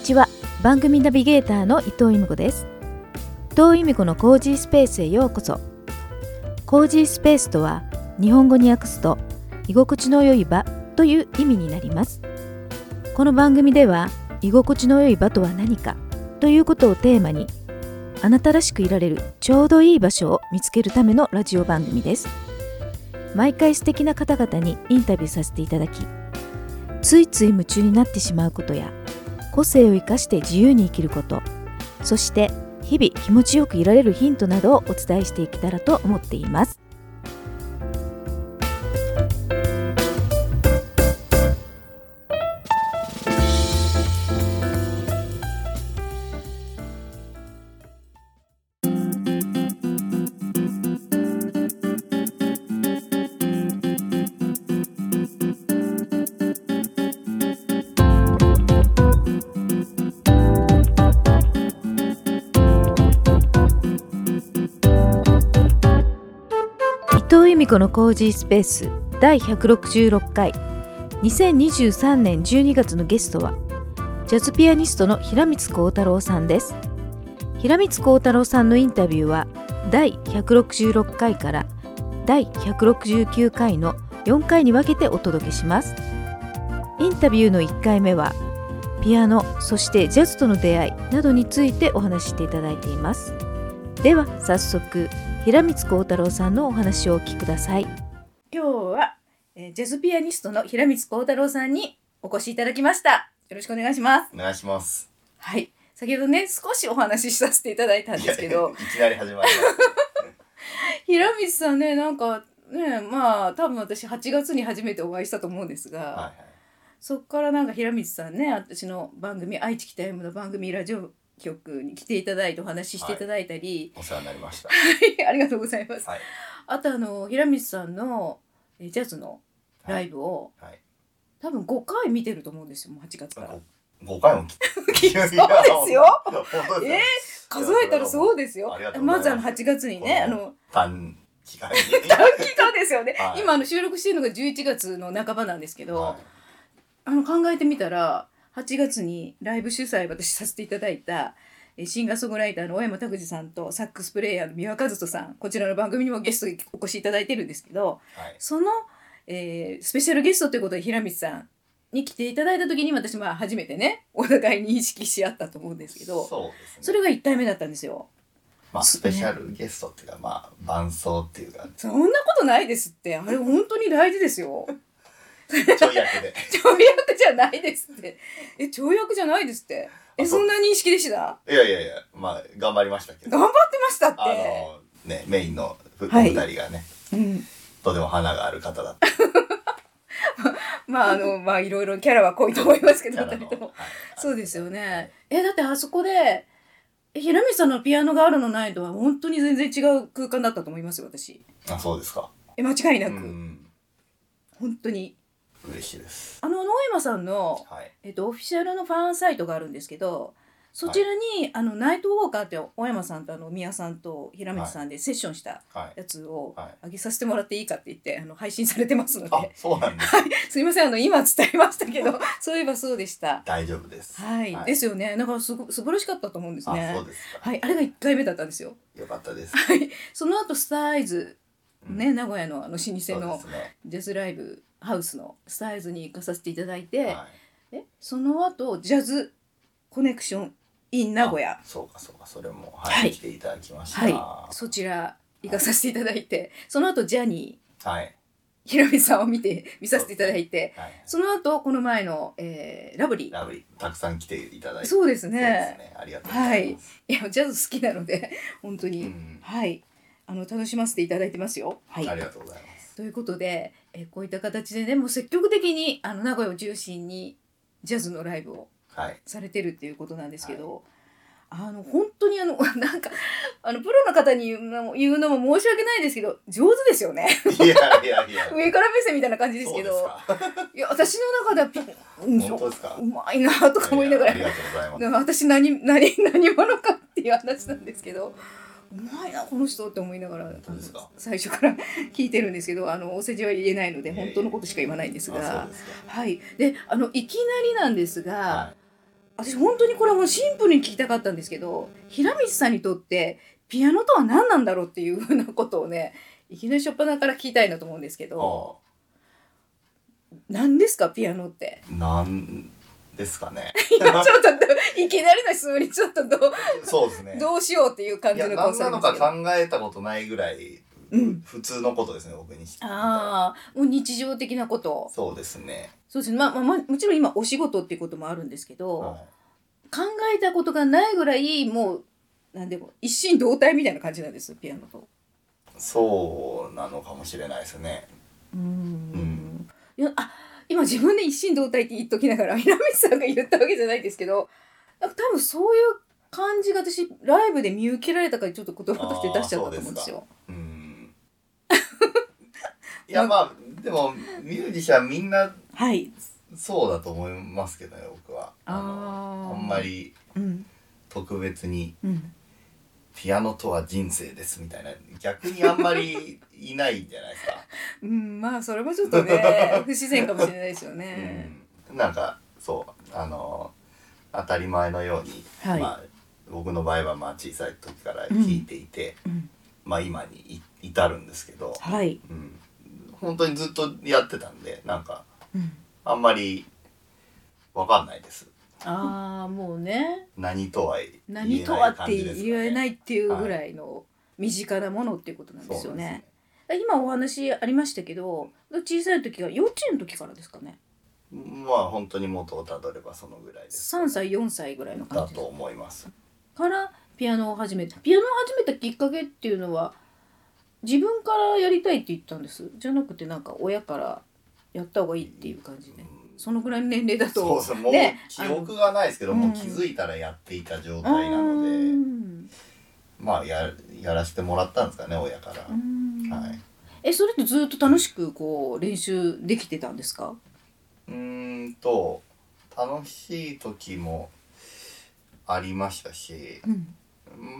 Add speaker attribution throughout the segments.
Speaker 1: ちは番組ナビゲーターの伊藤由美子です伊藤由美子のコージースペースへようこそコージースペースとは日本語に訳すと居心地の良い場という意味になりますこの番組では居心地の良い場とは何かということをテーマにあなたらしくいられるちょうどいい場所を見つけるためのラジオ番組です毎回素敵な方々にインタビューさせていただきついつい夢中になってしまうことや個性を生かして自由に生きることそして日々気持ちよくいられるヒントなどをお伝えしていけたらと思っています伊藤由美子のコージースペース第166回2023年12月のゲストはジャズピアニストの平光光太郎さんです平光光太郎さんのインタビューは第166回から第169回の4回に分けてお届けしますインタビューの1回目はピアノそしてジャズとの出会いなどについてお話ししていただいていますでは早速平光光太郎さんのお話をお聞きください今日は、えージャズピアニストの平光光太郎さんにお越しいただきましたよろしくお願いします
Speaker 2: お願いします。
Speaker 1: はい先ほどね少しお話しさせていただいたんですけど
Speaker 2: いきなり始まり
Speaker 1: 平光さんねなんかねまあ多分私8月に初めてお会いしたと思うんですが、
Speaker 2: ます。はいはい。
Speaker 1: そっからなんか平光さんね私の番組「愛知北 M」の番組ラジオ局に来ていただいてお話ししていただいたり、
Speaker 2: お世話になりました。
Speaker 1: ありがとうございます。
Speaker 2: はい
Speaker 1: あとあの平光さんのえジャズのライブを、
Speaker 2: はい。
Speaker 1: 多分5回見てると思うんですよもう8月から
Speaker 2: ご。五回も来て。そうで す
Speaker 1: そうですよ。
Speaker 2: 本当です
Speaker 1: えー
Speaker 2: よ。
Speaker 1: 数えたらそうですよ
Speaker 2: ありがと。うご
Speaker 1: ま
Speaker 2: ざいます
Speaker 1: ずあの8月にねあの
Speaker 2: 短期間に。
Speaker 1: 短期間ですよね、
Speaker 2: はい
Speaker 1: 今あの収録してるのが11月の半ばなんですけど、
Speaker 2: はい
Speaker 1: あの考えてみたら8月にライブ主催私させていただいたえシンガーソングライターの小山拓司さんとサックスプレイヤーの三輪和人さんこちらの番組にもゲストにお越しいただいてるんですけど
Speaker 2: はい。
Speaker 1: その、えースペシャルゲストということで平光さんに来ていただいた時に私まあ初めてねお互いに意識し合ったと思うんですけど
Speaker 2: そうですね。
Speaker 1: それが1回目だったんですよ。
Speaker 2: まあスペシャルゲストっていうかまあ伴奏っていうか
Speaker 1: そんなことないですってあれ本当に大事です よ。
Speaker 2: ちょい役 で。
Speaker 1: 跳躍じゃないですって。え、跳躍じゃないですって。え、
Speaker 2: あそ
Speaker 1: そ
Speaker 2: うん
Speaker 1: な認識でした
Speaker 2: いやいやいやまあ頑張りましたけ
Speaker 1: 頑
Speaker 2: ど。
Speaker 1: 張ってましたっ
Speaker 2: あ
Speaker 1: て。
Speaker 2: のねメインのお二
Speaker 1: はい
Speaker 2: 人がね
Speaker 1: うん。
Speaker 2: とても花がある方だった
Speaker 1: まあ、あの、まあ、いろいろキャラは濃 いと思いますけ
Speaker 2: キ
Speaker 1: ど、
Speaker 2: ャラ
Speaker 1: 二人
Speaker 2: の
Speaker 1: とも。
Speaker 2: はい
Speaker 1: そうですよね。え、だってあそこで、え平見さんのピアノがあるのないとは本当に全然違う空間だったと思いますよ、私。
Speaker 2: あそうですか。
Speaker 1: え、間違いうなく。
Speaker 2: ん。
Speaker 1: 本当に。
Speaker 2: 嬉しいです。
Speaker 1: あの、野山さんの、
Speaker 2: はい。
Speaker 1: えっと、オフィシャルのファンサイトがあるんですけど、そちらに、あの、ナイトウォーカーって、小山さんと、あの、宮さんと、平光さんでセッションした、
Speaker 2: はい。
Speaker 1: やつを
Speaker 2: はい
Speaker 1: 上げさせてもらっていいかって言ってあの配信されてますので
Speaker 2: あ、そうなんです。
Speaker 1: すいませんあの今伝えましたけどそういえばそうでした
Speaker 2: 大丈夫です。
Speaker 1: はい、ですよねだからすご素晴らしかったと思うんですね
Speaker 2: あ、そうですか。
Speaker 1: はいあれが1回目だったんですよ
Speaker 2: よかったです。
Speaker 1: その後スターアイズ
Speaker 2: うん
Speaker 1: ね、名古屋のあの老
Speaker 2: そ
Speaker 1: 舗
Speaker 2: うで
Speaker 1: の
Speaker 2: すね。
Speaker 1: ジャズライブハウスのスターアイズに行かさせていただい
Speaker 2: は
Speaker 1: て、
Speaker 2: い
Speaker 1: えその後ジャズコネクション in 名古屋
Speaker 2: あそうかそうか、それも
Speaker 1: は
Speaker 2: はいい来ていただきました。
Speaker 1: はいそちら行かさせていただいてその後ジャニー
Speaker 2: はい
Speaker 1: ひろみさんを見て見させていただいて
Speaker 2: はい
Speaker 1: その後この前の、えーラブリー
Speaker 2: ラブリーたくさん来ていただいて。
Speaker 1: そうです
Speaker 2: そうです
Speaker 1: ね
Speaker 2: ね。ありがとうございます。
Speaker 1: いやジャズ好きなので本当に、
Speaker 2: うん
Speaker 1: はいあの楽しませていただいてますよ。は
Speaker 2: あり
Speaker 1: い、
Speaker 2: がとうございます。
Speaker 1: ということで、えーこういった形でねもう積極的にあの名古屋を中心にジャズのライブを
Speaker 2: はい。
Speaker 1: されてるっていうことなんですけど、あの本当にあの なんかあのプロの方に言うのも言うのも申し訳ないですけど上手ですよね
Speaker 2: いやいやいや。
Speaker 1: 上から目線みたいな感じです
Speaker 2: そう
Speaker 1: け
Speaker 2: で
Speaker 1: ど
Speaker 2: すか。
Speaker 1: いや私の中ではピうん
Speaker 2: 本当ですか
Speaker 1: う。まいなとか思いながら
Speaker 2: ありがとうございます。
Speaker 1: でも私何 何何者かっていう話なんですけどうまいなこの人って思いながら
Speaker 2: 本当ですか
Speaker 1: 最初 から聞いてるんですけどあのお世辞は言えないので
Speaker 2: いえいえ
Speaker 1: 本当のことしか言わないんですが
Speaker 2: あそうですか。
Speaker 1: はいであのいきなりなんですが、
Speaker 2: は
Speaker 3: 私本当にこれはもうシンプルに聞きたかったんですけど平光さんにとってピアノとは何なんだろうっていうふうなことをねいきなり初っ端から聞きたいなと思うんですけど
Speaker 2: あ
Speaker 3: 何ですかピアノって。
Speaker 2: あなんですかね
Speaker 3: ちょっといきなりの質問にちょっとどう
Speaker 2: そうです ね
Speaker 3: どうしようっていう感
Speaker 2: い
Speaker 3: じ
Speaker 2: や
Speaker 3: の
Speaker 2: 何
Speaker 3: 顔さ
Speaker 2: な
Speaker 3: れ
Speaker 2: の
Speaker 3: ま
Speaker 2: か
Speaker 3: すけど。
Speaker 2: 考えたことないぐらい
Speaker 3: うん
Speaker 2: 普通のことですね僕にしてみたら
Speaker 3: ああもう日常的なこと
Speaker 2: そうですね、
Speaker 3: そうですね、まあまあまあ、もちろん今お仕事っていうこともあるんですけど、
Speaker 2: は
Speaker 3: 考えたことがないぐらいもうなんでも一心同体みたいな感じなんですピアノと。
Speaker 2: い、そうなのかもしれないですね
Speaker 3: うんいやあ今自分で一心同体って言っときながら南さんが言ったわけじゃないですけど多分そういう感じが私ライブで見受けられたからちょっと言葉として出しちゃったと思うんですよ。
Speaker 2: うん いやまあでもミュージシャンみんな
Speaker 3: はい、
Speaker 2: そうだと思いますけどね僕は
Speaker 3: あ
Speaker 2: あ
Speaker 3: ー
Speaker 2: んまり
Speaker 3: うん
Speaker 2: 特別に
Speaker 3: うん、
Speaker 2: ピアノとは人生ですみたいな逆にあんまりいないんじゃないですか、
Speaker 3: うん、まあそれはちょっとね不自然かもしれないですよね。
Speaker 2: うん、なんかそうあの当たり前のように、
Speaker 3: はい
Speaker 2: まあ、僕の場合はまあ小さい時から聴いていて、
Speaker 3: うん
Speaker 2: まあ今にい至るんですけど、
Speaker 3: はい、
Speaker 2: うん、本当にずっとやってたんでなんか
Speaker 3: うん、
Speaker 2: あんまりわかんないです
Speaker 3: ああもう ね
Speaker 2: 何とは言えない
Speaker 3: 何とはっ
Speaker 2: 感
Speaker 3: て
Speaker 2: じですかね
Speaker 3: 言えないっていうぐらいの身近なものっていうことなんですよね。今お話ありましたけど小さい時が幼稚園の時からですかね
Speaker 2: そうですねまあ本当に元をたどればそのぐらいです
Speaker 3: 3歳4歳ぐらいの感
Speaker 2: だ
Speaker 3: じ
Speaker 2: と
Speaker 3: です
Speaker 2: 思います
Speaker 3: からピアノを始めたピアノを始めたきっかけっていうのは自分からやりたいって言ったんですじゃなくてなんか親からやった方がいいっていう感じでそのぐらいの年齢だ
Speaker 2: そう
Speaker 3: と
Speaker 2: ですもう
Speaker 3: ね
Speaker 2: 記憶がないですけど、
Speaker 3: あの
Speaker 2: もう気づいたらやっていた状
Speaker 3: あ
Speaker 2: 態なので、
Speaker 3: ー
Speaker 2: まあややらせてもらったんですかね親から、
Speaker 3: うん
Speaker 2: はい
Speaker 3: えそれってずっと楽しくこう練習できてたんですか
Speaker 2: うーんと楽しい時もありましたし
Speaker 3: うん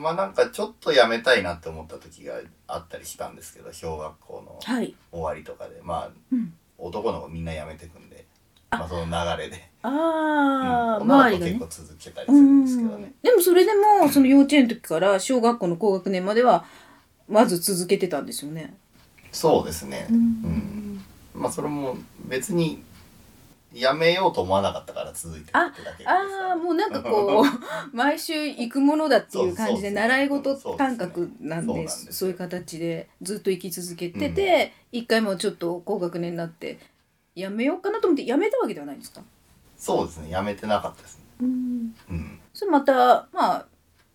Speaker 2: まあなんかちょっとやめたいなって思った時があったりしたんですけど小学校の
Speaker 3: はい、
Speaker 2: 終わりとかでまあ
Speaker 3: うん、
Speaker 2: 男の子みんなやめてくんで
Speaker 3: あ
Speaker 2: まあ、その流れで、うん
Speaker 3: ああ、
Speaker 2: 女の
Speaker 3: 周り
Speaker 2: 子
Speaker 3: がね
Speaker 2: 結構続けたりするんですけどね
Speaker 3: でもそれでもその幼稚園の時から小学校の高学年まではまず続けてたんですよね。
Speaker 2: そうですね、んまあそれも別にやめようと思わなかったから続いてるってだけです
Speaker 3: ああもうなんか こう毎週行くものだっていう感
Speaker 2: そうそ
Speaker 3: じ
Speaker 2: うそ
Speaker 3: で
Speaker 2: う
Speaker 3: 習い事感覚なん
Speaker 2: そうなん
Speaker 3: で
Speaker 2: ですよ
Speaker 3: そういう形でずっと生き続けてて一回もちょっと高学年になってやめようかなと思ってやめたわけではないんですか
Speaker 2: そうですねやめてなかったですねうん
Speaker 3: それまたまあ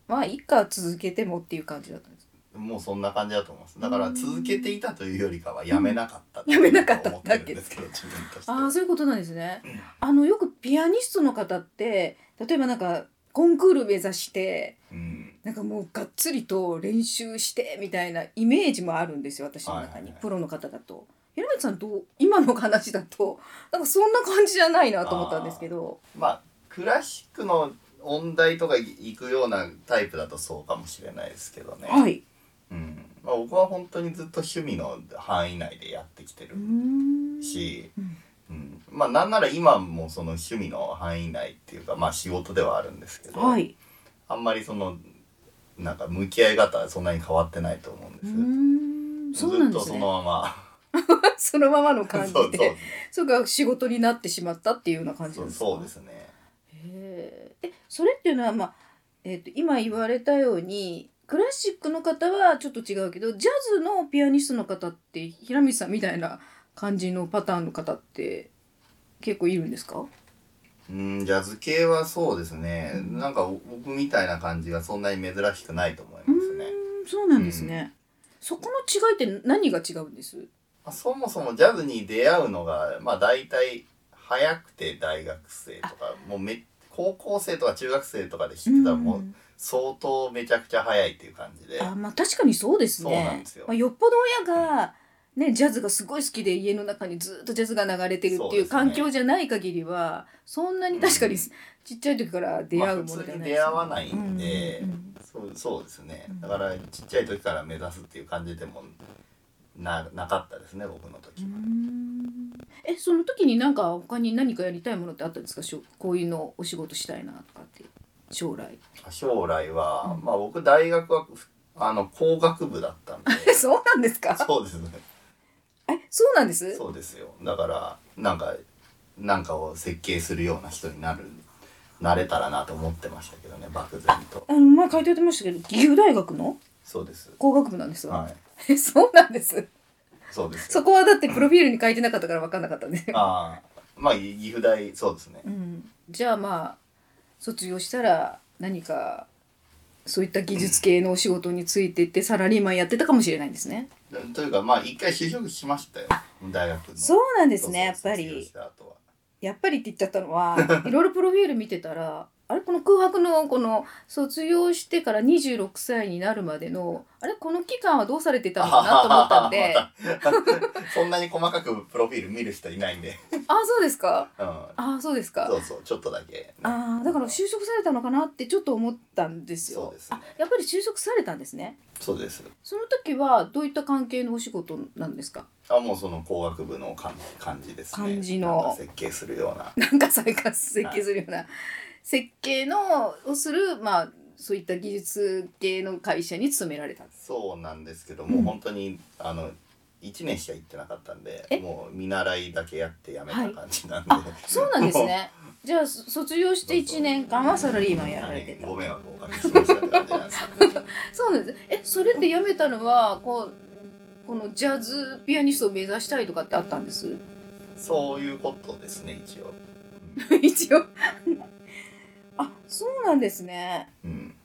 Speaker 3: まあいいか続けてもっていう感じだったんですか
Speaker 2: もうそんな感じだと思いますだから続けていたというよりかはやめなかった
Speaker 3: やめなかった
Speaker 2: と思ってるんですけど自分として
Speaker 3: ああ
Speaker 2: は
Speaker 3: そういうことなんですね。あのよくピアニストの方って例えばなんかコンクール目指して
Speaker 2: うん
Speaker 3: なんかもうがっつりと練習してみたいなイメージもあるんですよ私の中に、
Speaker 2: はいはいはい
Speaker 3: プロの方だと。平松さんどう今の話だとなんかそんな感じじゃないなと思ったんですけど
Speaker 2: まあクラシックの音大とか行くようなタイプだとそうかもしれないですけどね、
Speaker 3: はい。
Speaker 2: うんまあ、僕は本当にずっと趣味の範囲内でやってきてる
Speaker 3: うーん
Speaker 2: し、
Speaker 3: うん
Speaker 2: うんまあなんなら今もその趣味の範囲内っていうかまあ仕事ではあるんですけど、
Speaker 3: はい。
Speaker 2: あんまりそのなんか向き合い方はそんなに変わってないと思うんで
Speaker 3: うー
Speaker 2: す、
Speaker 3: んそうなん
Speaker 2: ずっ
Speaker 3: で
Speaker 2: と
Speaker 3: す
Speaker 2: そ
Speaker 3: ね。
Speaker 2: のまま
Speaker 3: そのままの感じで
Speaker 2: そうそう
Speaker 3: それが仕事になってしまったっていうような感じ
Speaker 2: そ
Speaker 3: なん
Speaker 2: う
Speaker 3: ですか。
Speaker 2: そうですね
Speaker 3: へーえそれっていうのは、まあえー、と今言われたようにクラシックの方はちょっと違うけどジャズのピアニストの方って平光さんみたいな感じのパターンの方って結構いるんですか
Speaker 2: うんジャズ系はそうですねなんか僕みたいな感じがそんなに珍しくないと思いますね、
Speaker 3: うんそうなんですね、そこの違いって何が違うんです
Speaker 2: まあ、そもそもジャズに出会うのがまあ大体早くて大学生とかもうめ高校生とか中学生とかで知ってたらもう
Speaker 3: うん
Speaker 2: 相当めちゃくちゃ早いっていう感じで
Speaker 3: あまあ確かにそうですね
Speaker 2: そうなんですよ
Speaker 3: まあ、よっぽど親が、ね、ジャズがすごい好きで家の中にずっとジャズが流れてるっ
Speaker 2: そう
Speaker 3: て
Speaker 2: で
Speaker 3: い
Speaker 2: す
Speaker 3: う
Speaker 2: ね
Speaker 3: 環境じゃない限りはそ,、んなに確かに
Speaker 2: うん
Speaker 3: ちっちゃい時から出会うものじゃな
Speaker 2: まあ普
Speaker 3: いですね
Speaker 2: 通に出会わないんで
Speaker 3: うんうん
Speaker 2: そうそうですね
Speaker 3: うん
Speaker 2: だからちっちゃい時から目指すっていう感じでもななかったですね僕の時
Speaker 3: う
Speaker 2: は。
Speaker 3: んえその時になんか他に何かやりたいものってあったんですかしょこういうのお仕事したいなとかって将来
Speaker 2: 将来は、
Speaker 3: うん
Speaker 2: まあ僕大学はあの工学部だったんで
Speaker 3: そうなんですか
Speaker 2: そうですね
Speaker 3: えそうなんです
Speaker 2: そうですよだからなんかなんかを設計するような人になるなれたらなと思ってましたけどね漠然と
Speaker 3: あの前書いてありましたけど岐阜大学の
Speaker 2: そうです
Speaker 3: 工学部なんですよ、
Speaker 2: はい
Speaker 3: えそうなんです
Speaker 2: そうですよ
Speaker 3: そこはだってプロフィールに書いてなかったから分かんなかったね
Speaker 2: ああまあ岐岐阜大そうですね
Speaker 3: うん、じゃあまあ卒業したら何かそういった技術系のお仕事についてってサラリーマンやってたかもしれないんですね。
Speaker 2: というかまあ一回就職しましたよ大学の
Speaker 3: そうなんです
Speaker 2: そう
Speaker 3: ねやっぱ
Speaker 2: 卒業し
Speaker 3: り
Speaker 2: た後は
Speaker 3: やっぱりって言っちゃったの はいろいろプロフィール見てたらあれこの空白のこの卒業してから26歳になるまでのあれこの期間はどうされてたのかなと思った んであ
Speaker 2: そんなに細かくプロフィール見る人いないんで、
Speaker 3: そうですか
Speaker 2: うん、
Speaker 3: あそうですか
Speaker 2: そうそうちょっとだけ、
Speaker 3: あーだから就職されたのかなってちょっと思ったんです
Speaker 2: そう
Speaker 3: よ
Speaker 2: ですね
Speaker 3: あやっぱり就職されたんですね
Speaker 2: そうです
Speaker 3: その時はどういった関係のお仕事なんですか。
Speaker 2: あもうその工学部の感じ感じですね
Speaker 3: 感じの
Speaker 2: なんか設計するよう な
Speaker 3: なんか再活設計するような設計のをするまあそういった技術系の会社に勤められたんです。
Speaker 2: そうなんですけど
Speaker 3: う
Speaker 2: も
Speaker 3: ん
Speaker 2: う本当にあの1年しか行ってなかったんで
Speaker 3: え
Speaker 2: もう見習いだけやってやめた感じなんで、
Speaker 3: あそうなんですね。 じゃあそ卒業して一年間はサラリーマンやら
Speaker 2: は
Speaker 3: れて
Speaker 2: い、
Speaker 3: た。
Speaker 2: ご迷惑をおかけしましたって感じなんですけど
Speaker 3: そうなんです。えそれって辞めたのはこうこのジャズピアニストを目指したいとかってあったんです。
Speaker 2: そういうことですね一応、
Speaker 3: 一応。 あそうなんですね。
Speaker 2: うんうん、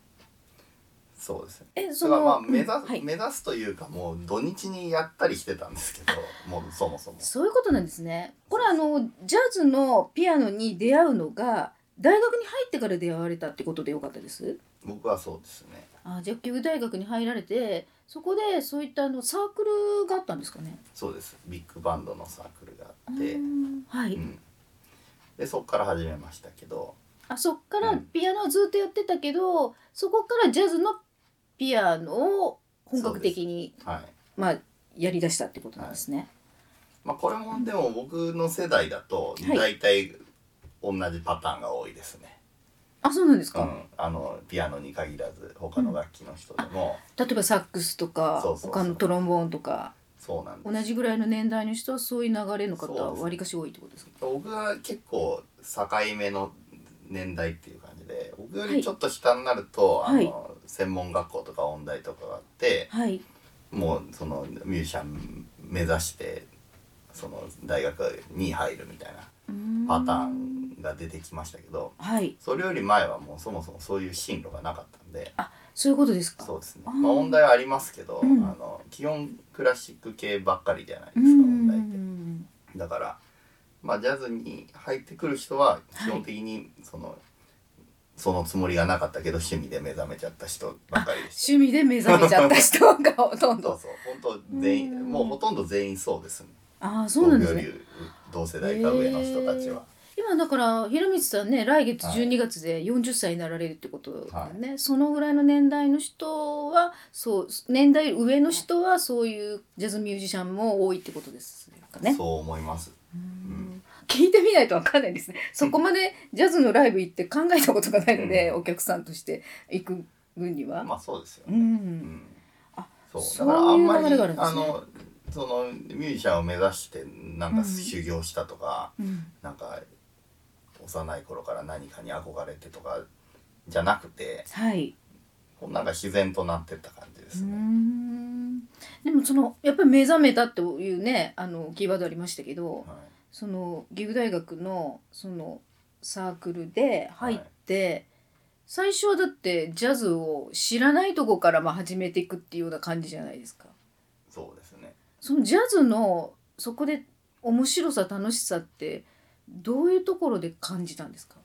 Speaker 2: そうですね
Speaker 3: え
Speaker 2: そ
Speaker 3: そ
Speaker 2: れは
Speaker 3: の
Speaker 2: まあ目指,、
Speaker 3: うんはい
Speaker 2: 目指すというかもう土日にやったりしてたんですけ どもうそもそも
Speaker 3: そういうことなんですね。これあのジャズのピアノに出会うのが大学に入ってから出会われたってことでよかったです。
Speaker 2: 僕はそうですね
Speaker 3: あじゃあ旧大学に入られてそこでそういったあのサークルがあったんですかね。
Speaker 2: そうですビッグバンドのサークルがあ
Speaker 3: う
Speaker 2: って、
Speaker 3: んは
Speaker 2: う
Speaker 3: い。
Speaker 2: ん、でそこから始めましたけど
Speaker 3: あそっか
Speaker 2: う
Speaker 3: ら
Speaker 2: ん
Speaker 3: ピアノをずっとやってたけど、そこからジャズのピアノを本格的に
Speaker 2: はい
Speaker 3: まあやりだしたってことなんですね。
Speaker 2: まあこれもでも僕の世代だと
Speaker 3: は
Speaker 2: 大
Speaker 3: い
Speaker 2: 体同じパターンが多いですね、
Speaker 3: あそうなんですか。
Speaker 2: うん、あのピアノに限らず他の楽器の人でも
Speaker 3: 例えばサックスとか
Speaker 2: そうそうそう
Speaker 3: 他のトロンボーンとか
Speaker 2: そうなんで
Speaker 3: 同
Speaker 2: す
Speaker 3: じぐらいの年代の人はそういう流れの方
Speaker 2: そう
Speaker 3: は
Speaker 2: ですね
Speaker 3: 割かし多いってことですか。
Speaker 2: 僕は結構境目の年代っていう感じで僕よりちょっと下になると、
Speaker 3: はい
Speaker 2: あの専門学校とか音大とかがあって
Speaker 3: はい。
Speaker 2: もうそのミュージシャン目指してその大学に入るみたいなパター。ンが出てきましたけど
Speaker 3: はい。
Speaker 2: それより前はもうそもそもそういう進路がなかったんで
Speaker 3: そういうことですか。
Speaker 2: そうですね
Speaker 3: あー
Speaker 2: まあ音大はありますけど、
Speaker 3: うん
Speaker 2: あの基本クラシック系ばっかりじゃないです
Speaker 3: う
Speaker 2: か音
Speaker 3: んう
Speaker 2: 大って
Speaker 3: ん
Speaker 2: だからまあジャズに入ってくる人は基本的にその、そのつもりがなかったけど趣味で目覚めちゃった人ばっかりでした
Speaker 3: 趣味で目覚めちゃった人がほとん
Speaker 2: そう
Speaker 3: ど。
Speaker 2: そう本当全員
Speaker 3: うん
Speaker 2: もうほとんど全員そうですね
Speaker 3: ああ、そうなんです
Speaker 2: 僕よ
Speaker 3: ね。
Speaker 2: り同世代か上の人たちは、
Speaker 3: 今だから、平光さんね、来月
Speaker 2: はい
Speaker 3: 12月で40歳になられるってことだよね。そのぐらいの年代の人は、そう、年代上の人は、そういうジャズミュージシャンも多いってことですかね。
Speaker 2: そう思います
Speaker 3: うん聞いてみないとわかんないですね。そこまでジャズのライブ行って考えたことがないので、
Speaker 2: う
Speaker 3: お客さんとして行く分には。
Speaker 2: まあそうですよ
Speaker 3: う
Speaker 2: ね、
Speaker 3: ん。あ
Speaker 2: そうだからあんまり
Speaker 3: そういう流れがあるんですね
Speaker 2: のそのミュージシャンを目指してなん
Speaker 3: うん
Speaker 2: か修行したとか、
Speaker 3: うん
Speaker 2: なんか幼い頃から何かに憧れてとかじゃなくて
Speaker 3: はい。
Speaker 2: こうなんか自然となってった感じで
Speaker 3: うー
Speaker 2: すね。
Speaker 3: んでもそのやっぱり目覚めたっていうねあのキーワードありましたけど
Speaker 2: は
Speaker 3: その岐阜大学のそのサークルで入って、最初はだってジャズを知らないとこからまあ始めていくっていうような感じじゃないですか。
Speaker 2: い、そうですね。
Speaker 3: そのジャズのそこで面白さ楽しさってどういうところで感じたんですか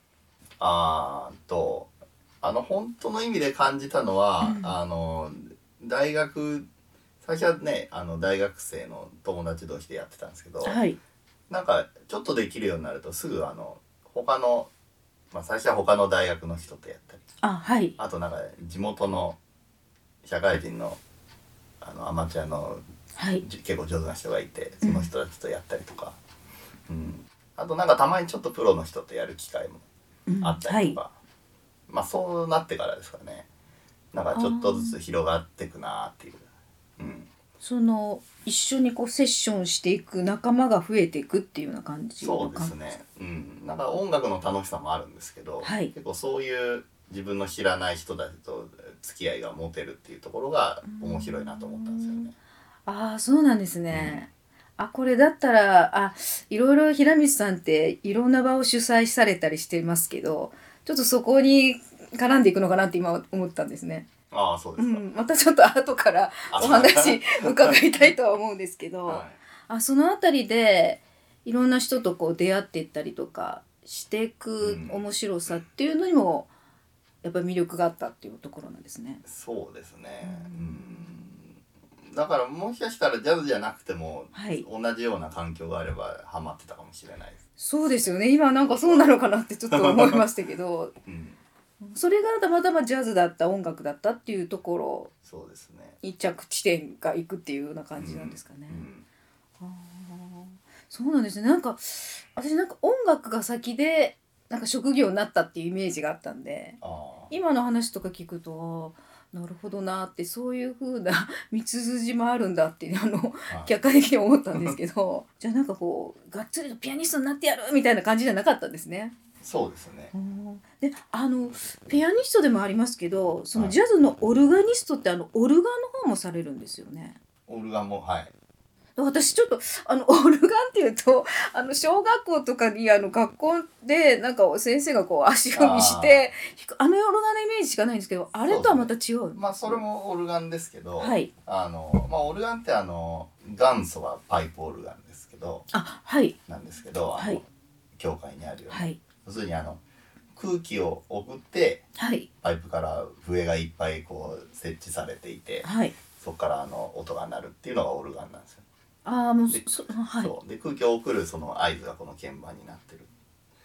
Speaker 2: あーとあの本当の意味で感じたのは、
Speaker 3: うん
Speaker 2: あの大学最初はねあの大学生の友達同士でやってたんですけど、
Speaker 3: い。
Speaker 2: なんかちょっとできるようになるとすぐあの他の、まあ、最初は他の大学の人とやったり
Speaker 3: あはい。
Speaker 2: あとなんか地元の社会人のあのアマチュアの
Speaker 3: はい。
Speaker 2: じ結構上手な人がいてその人たちとやったりとか、うん、あとなんかたまにちょっとプロの人とやる機会も
Speaker 3: うん
Speaker 2: あったりとか、まあそうなってからですかねなんかちょっとずつ広がっていくなっていう、うん、
Speaker 3: その一緒にこうセッションしていく仲間が増えていくっていうような感じ
Speaker 2: そうです
Speaker 3: の感
Speaker 2: ね、うん、なんか音楽の楽しさもあるんですけど、
Speaker 3: はい
Speaker 2: 結構そういう自分の知らない人たちと付き合いが持てるっていうところが面白いなと思ったんですよね。
Speaker 3: ああそうなんですね、あこれだったらあいろいろ平光さんっていろんな場を主催されたりしてますけどちょっとそこに絡んでいくのかなって今思ったんですね、
Speaker 2: ああそうで
Speaker 3: う
Speaker 2: すか、
Speaker 3: ん、またちょっと後からお話伺いたいとは思うんですけど、
Speaker 2: は
Speaker 3: あそのあたりでいろんな人とこう出会っていったりとかしていく
Speaker 2: うん
Speaker 3: 面白さっていうのにもやっぱり魅力があったっていうところなんですね
Speaker 2: い、。そうですね、
Speaker 3: う
Speaker 2: うん、だからもしかしたらジャズじゃなくても、
Speaker 3: はい
Speaker 2: 同じような環境があればハマってたかもしれないです、
Speaker 3: そうですよね今なんかそうなのかなってちょっと思いましたけど
Speaker 2: うん、
Speaker 3: それがたまたまジャズだった音楽だったっていうところ
Speaker 2: そうですね、
Speaker 3: に着地点がいくっていうような感じなんですかね。
Speaker 2: うん、
Speaker 3: あーそうなんですねなんか私なんか音楽が先でなんか職業になったっていうイメージがあったんで。
Speaker 2: ああ
Speaker 3: 今の話とか聞くとあーなるほどなってそういう風な 道筋もあるんだってあの
Speaker 2: はい
Speaker 3: 客観的に思ったんですけどじゃあなんかこうがっつりとピアニストになってやるみたいな感じじゃなかったんですね。
Speaker 2: そうですね
Speaker 3: であのピアニストでもありますけどその
Speaker 2: はい
Speaker 3: ジャズのオルガニストってあのオルガンの方もされるんですよね。
Speaker 2: オルガンもはい
Speaker 3: 私ちょっとあの オルガンっていうとあの小学校とかにあの学校でなんか先生がこう足踏みして弾くあのオルガンのイメージしかないんですけどあれとはまた違う
Speaker 2: まあそれもオルガンですけど、
Speaker 3: はい。
Speaker 2: あのまあオルガンってあの元祖はパイプオルガンですけど
Speaker 3: あ、はい。
Speaker 2: なんですけど、あの
Speaker 3: はい
Speaker 2: 教会にあるような、
Speaker 3: はい。
Speaker 2: 要するにあの空気を送って
Speaker 3: はい。
Speaker 2: パイプから笛がいっぱいこう設置されていて
Speaker 3: はい。
Speaker 2: そこからあの音が鳴るっていうのがオルガンなんですよ。
Speaker 3: ああ、もう
Speaker 2: で、
Speaker 3: そ、そはい。
Speaker 2: そうで空気を送るその合図がこの鍵盤になってる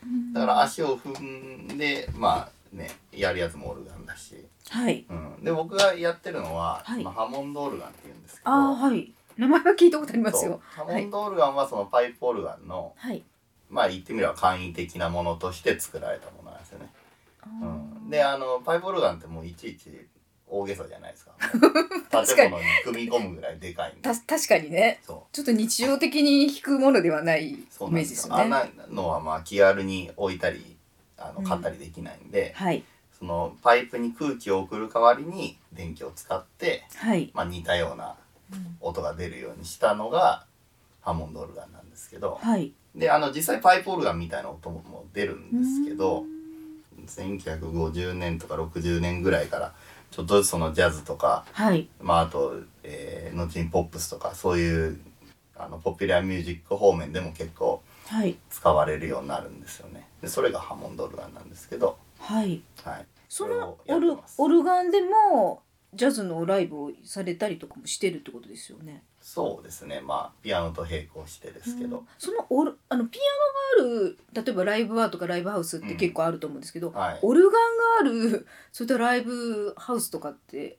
Speaker 3: うん
Speaker 2: だから足を踏んでまあねやるやつもオルガンだし、
Speaker 3: はい。
Speaker 2: うん、で僕がやってるのは、
Speaker 3: はい
Speaker 2: まあ、ハモンドオルガンっていうんですけど
Speaker 3: ああ、はい。名前は聞いたことあります
Speaker 2: そう
Speaker 3: よ。
Speaker 2: ハモンドオルガンはそのパイプオルガンの、
Speaker 3: はい。
Speaker 2: まあ言ってみれば簡易的なものとして作られたものなんですよね。
Speaker 3: あ
Speaker 2: う
Speaker 3: ー
Speaker 2: ん、であのパイプオルガンってもういちいち大げさじゃないです か
Speaker 3: 確か
Speaker 2: 建
Speaker 3: に
Speaker 2: 物に組み込むぐらいでかいんで
Speaker 3: た、確かにね。
Speaker 2: そ
Speaker 3: ちょっと日常的に弾くものではないう
Speaker 2: そうな
Speaker 3: イ
Speaker 2: ん
Speaker 3: メ
Speaker 2: で
Speaker 3: ージですす
Speaker 2: よ
Speaker 3: よ
Speaker 2: あん
Speaker 3: ね。
Speaker 2: なのはまあ気軽に置いたりあの
Speaker 3: うん
Speaker 2: 買ったりできないんで、
Speaker 3: はい。
Speaker 2: そのパイプに空気を送る代わりに電気を使って、
Speaker 3: はい。
Speaker 2: まあ、似たような音が出るようにしたのがハモンドオルガンなんですけど、
Speaker 3: はい。
Speaker 2: であの実際パイプオルガンみたいな音も出るんですけど1950年とか60年ぐらいからちょっとずつそのジャズとか、
Speaker 3: はい。
Speaker 2: まあ、あと、えー後にポップスとかそういうあのポピュラーミュージック方面でも結構
Speaker 3: はい。
Speaker 2: 使われるようになるんですよね。でそれがハモンドオルガンなんですけど、
Speaker 3: はい。
Speaker 2: はい、そ
Speaker 3: その
Speaker 2: れ
Speaker 3: オ
Speaker 2: をや
Speaker 3: ル
Speaker 2: ってます
Speaker 3: オルガンでもジャズのライブをされたりとかもしてるってことですよね。
Speaker 2: そうですねまあピアノと並行してですけ
Speaker 3: う
Speaker 2: ど
Speaker 3: ん、そのオルあのピアノがある例えばライブバーとかライブハウスって結構あると思うんですけど、
Speaker 2: はい、
Speaker 3: オルガンがある そういったライブハウスとかって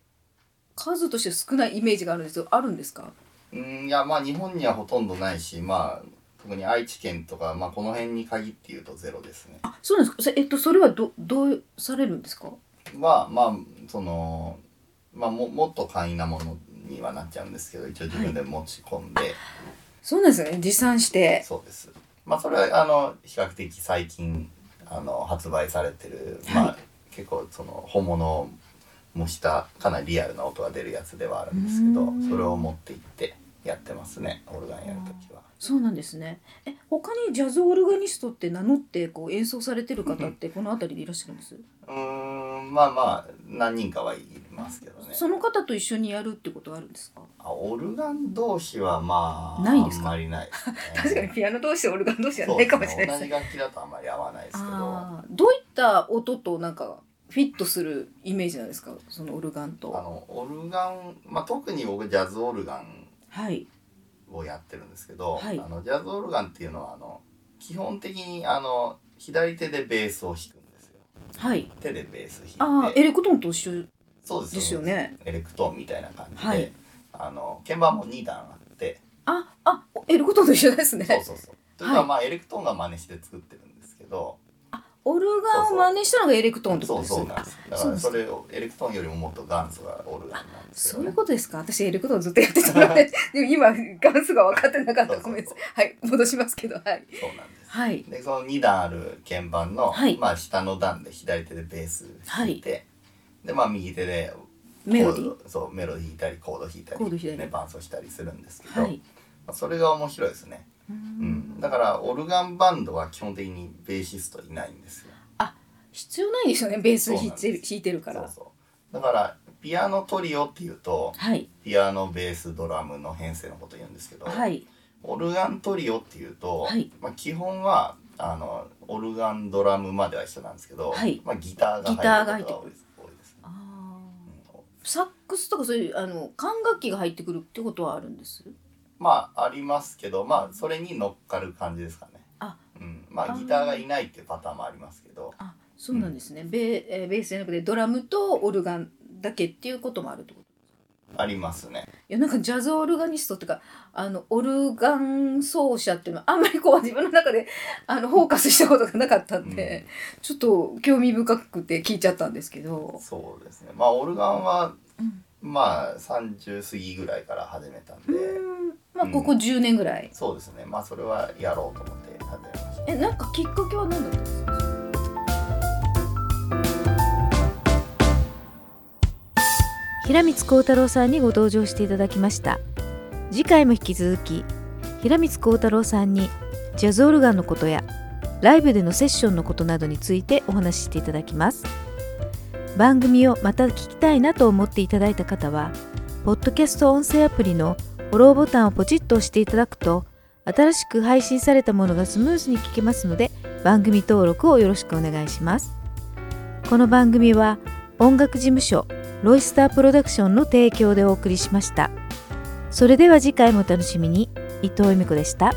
Speaker 3: 数として少ないイメージがあるんですよあるんですか
Speaker 2: うんいやまあ日本にはほとんどないしまあ特に愛知県とか、まあ、この辺に限って言うとゼロですね。
Speaker 3: あそうなんですかそえっとそれはどどうされるんですか
Speaker 2: はまあその、まあ、ももっと簡易なものにはなっちゃうんですけど一応自分で持ち込んで、
Speaker 3: そうなんですよね持参して
Speaker 2: そうです。まあそれはあの比較的最近あの発売されてる、ま
Speaker 3: は
Speaker 2: あ、結構その本物を模したかなりリアルな音が出るやつではあるんですけ
Speaker 3: う
Speaker 2: ど
Speaker 3: ーん
Speaker 2: それを持って行ってやってますねオルガンやるときは。
Speaker 3: そうなんですねえ他にジャズオルガニストって名乗ってこう演奏されてる方ってこの辺りでいらっしゃるんです
Speaker 2: うーんまあまあ何人かはいますけどね
Speaker 3: その方と一緒にやるってことはあるんですか
Speaker 2: あオルガン同士はまあ
Speaker 3: ないですか、
Speaker 2: あんまりない、ね
Speaker 3: 確かにピアノ同士でオルガン同士じゃ
Speaker 2: そう
Speaker 3: ないかも
Speaker 2: で
Speaker 3: し
Speaker 2: すね
Speaker 3: れない
Speaker 2: 同
Speaker 3: です
Speaker 2: じ
Speaker 3: ね
Speaker 2: 楽器だとあんまり合わないですけどあ
Speaker 3: あーどういった音となんかフィットするイメージなんですかそのオルガンと
Speaker 2: のオルガン、まあ、特に僕ジャズオルガン
Speaker 3: はい
Speaker 2: をやってるんですけど、
Speaker 3: はい
Speaker 2: あのジャズオルガンっていうのはあの基本的にあの左手でベースを弾くんですよ
Speaker 3: はい
Speaker 2: 手でベース弾い
Speaker 3: ああエ
Speaker 2: て
Speaker 3: レクトーンと一緒
Speaker 2: そうです
Speaker 3: ですよ
Speaker 2: そう
Speaker 3: ね
Speaker 2: ですエレクトーンみたいな感じで、
Speaker 3: はい
Speaker 2: あの鍵盤も2段あって
Speaker 3: ああエレクトーンと一緒ですね
Speaker 2: そうそうそうというのはまあエレクトーンが真似して作ってるんですけど、
Speaker 3: オルガンを真似したのがエレクトーンってこと
Speaker 2: そうそう
Speaker 3: です
Speaker 2: なんですだか
Speaker 3: そう
Speaker 2: ら
Speaker 3: です
Speaker 2: それをエレクトーンよりももっと元祖がオルガンなんですよ
Speaker 3: そうい
Speaker 2: ね
Speaker 3: うことですか私エレクトーンずっとやってた のででも今ガンスが分かってなかっ
Speaker 2: そ
Speaker 3: た
Speaker 2: うそうそう
Speaker 3: ごめんなさいはい戻しますけどはい
Speaker 2: そうなんです
Speaker 3: はい
Speaker 2: でその2段ある鍵盤の、
Speaker 3: はい
Speaker 2: まあ、下の段で左手でベース弾いて、でまあ右手で
Speaker 3: メロディー
Speaker 2: コードそうメロディー弾いたりコード弾いたり
Speaker 3: コード弾いたり
Speaker 2: ね、伴奏したりするんですけど、
Speaker 3: はい
Speaker 2: まあそれが面白いですね、
Speaker 3: う
Speaker 2: うん
Speaker 3: ん
Speaker 2: だからオルガンバンドは基本的にベーシストいないんですよ
Speaker 3: 必要ないですよねベース弾い
Speaker 2: そう
Speaker 3: て
Speaker 2: なん
Speaker 3: る
Speaker 2: です
Speaker 3: 弾いてるから
Speaker 2: そうそうだからピアノトリオっていうと
Speaker 3: はい
Speaker 2: ピアノベースドラムの編成のこと言うんですけど、
Speaker 3: はい
Speaker 2: オルガントリオっていうと、
Speaker 3: はい
Speaker 2: まあ、基本はあのオルガンドラムまでは一緒なんですけど、
Speaker 3: はい
Speaker 2: まあ、ギターが
Speaker 3: ギターが
Speaker 2: 入
Speaker 3: 入
Speaker 2: っ
Speaker 3: ってて
Speaker 2: くること
Speaker 3: く
Speaker 2: が
Speaker 3: る
Speaker 2: 多いです、
Speaker 3: あーサックスとかそういうあの管楽器が入ってくるってことはあるんです
Speaker 2: まあありますけどまあそれに乗っかる感じですかね
Speaker 3: あ
Speaker 2: うん、まあ
Speaker 3: あー
Speaker 2: ギターがいないっていうパターンもありますけど
Speaker 3: あそうなんですね、ベーえーベースじゃなくてドラムとオルガンだけっていうこともあるってこと
Speaker 2: ありますね
Speaker 3: いやなんかジャズオルガニストっていうかあのオルガン奏者っていうのはあんまりこう自分の中であのフォーカスしたことがなかったんで、ちょっと興味深くて聞いちゃったんですけど、
Speaker 2: そうですねまあオルガンは
Speaker 3: うん
Speaker 2: まあ30過ぎぐらいから始めたんで、
Speaker 3: まあここ10年ぐらい、
Speaker 2: そうですねまあそれはやろうと思って始めました
Speaker 3: えなんかきっかけは何だったんですか
Speaker 1: 平光光太郎さんにご登場していただきました次回も引き続き平光光太郎さんにジャズオルガンのことやライブでのセッションのことなどについてお話ししていただきます番組をまた聞きたいなと思っていただいた方はポッドキャスト音声アプリのフォローボタンをポチッと押していただくと新しく配信されたものがスムーズに聞けますので番組登録をよろしくお願いしますこの番組は音楽事務所ロイスタープロダクションの提供でお送りしました。それでは次回もお楽しみに。伊藤由美子でした。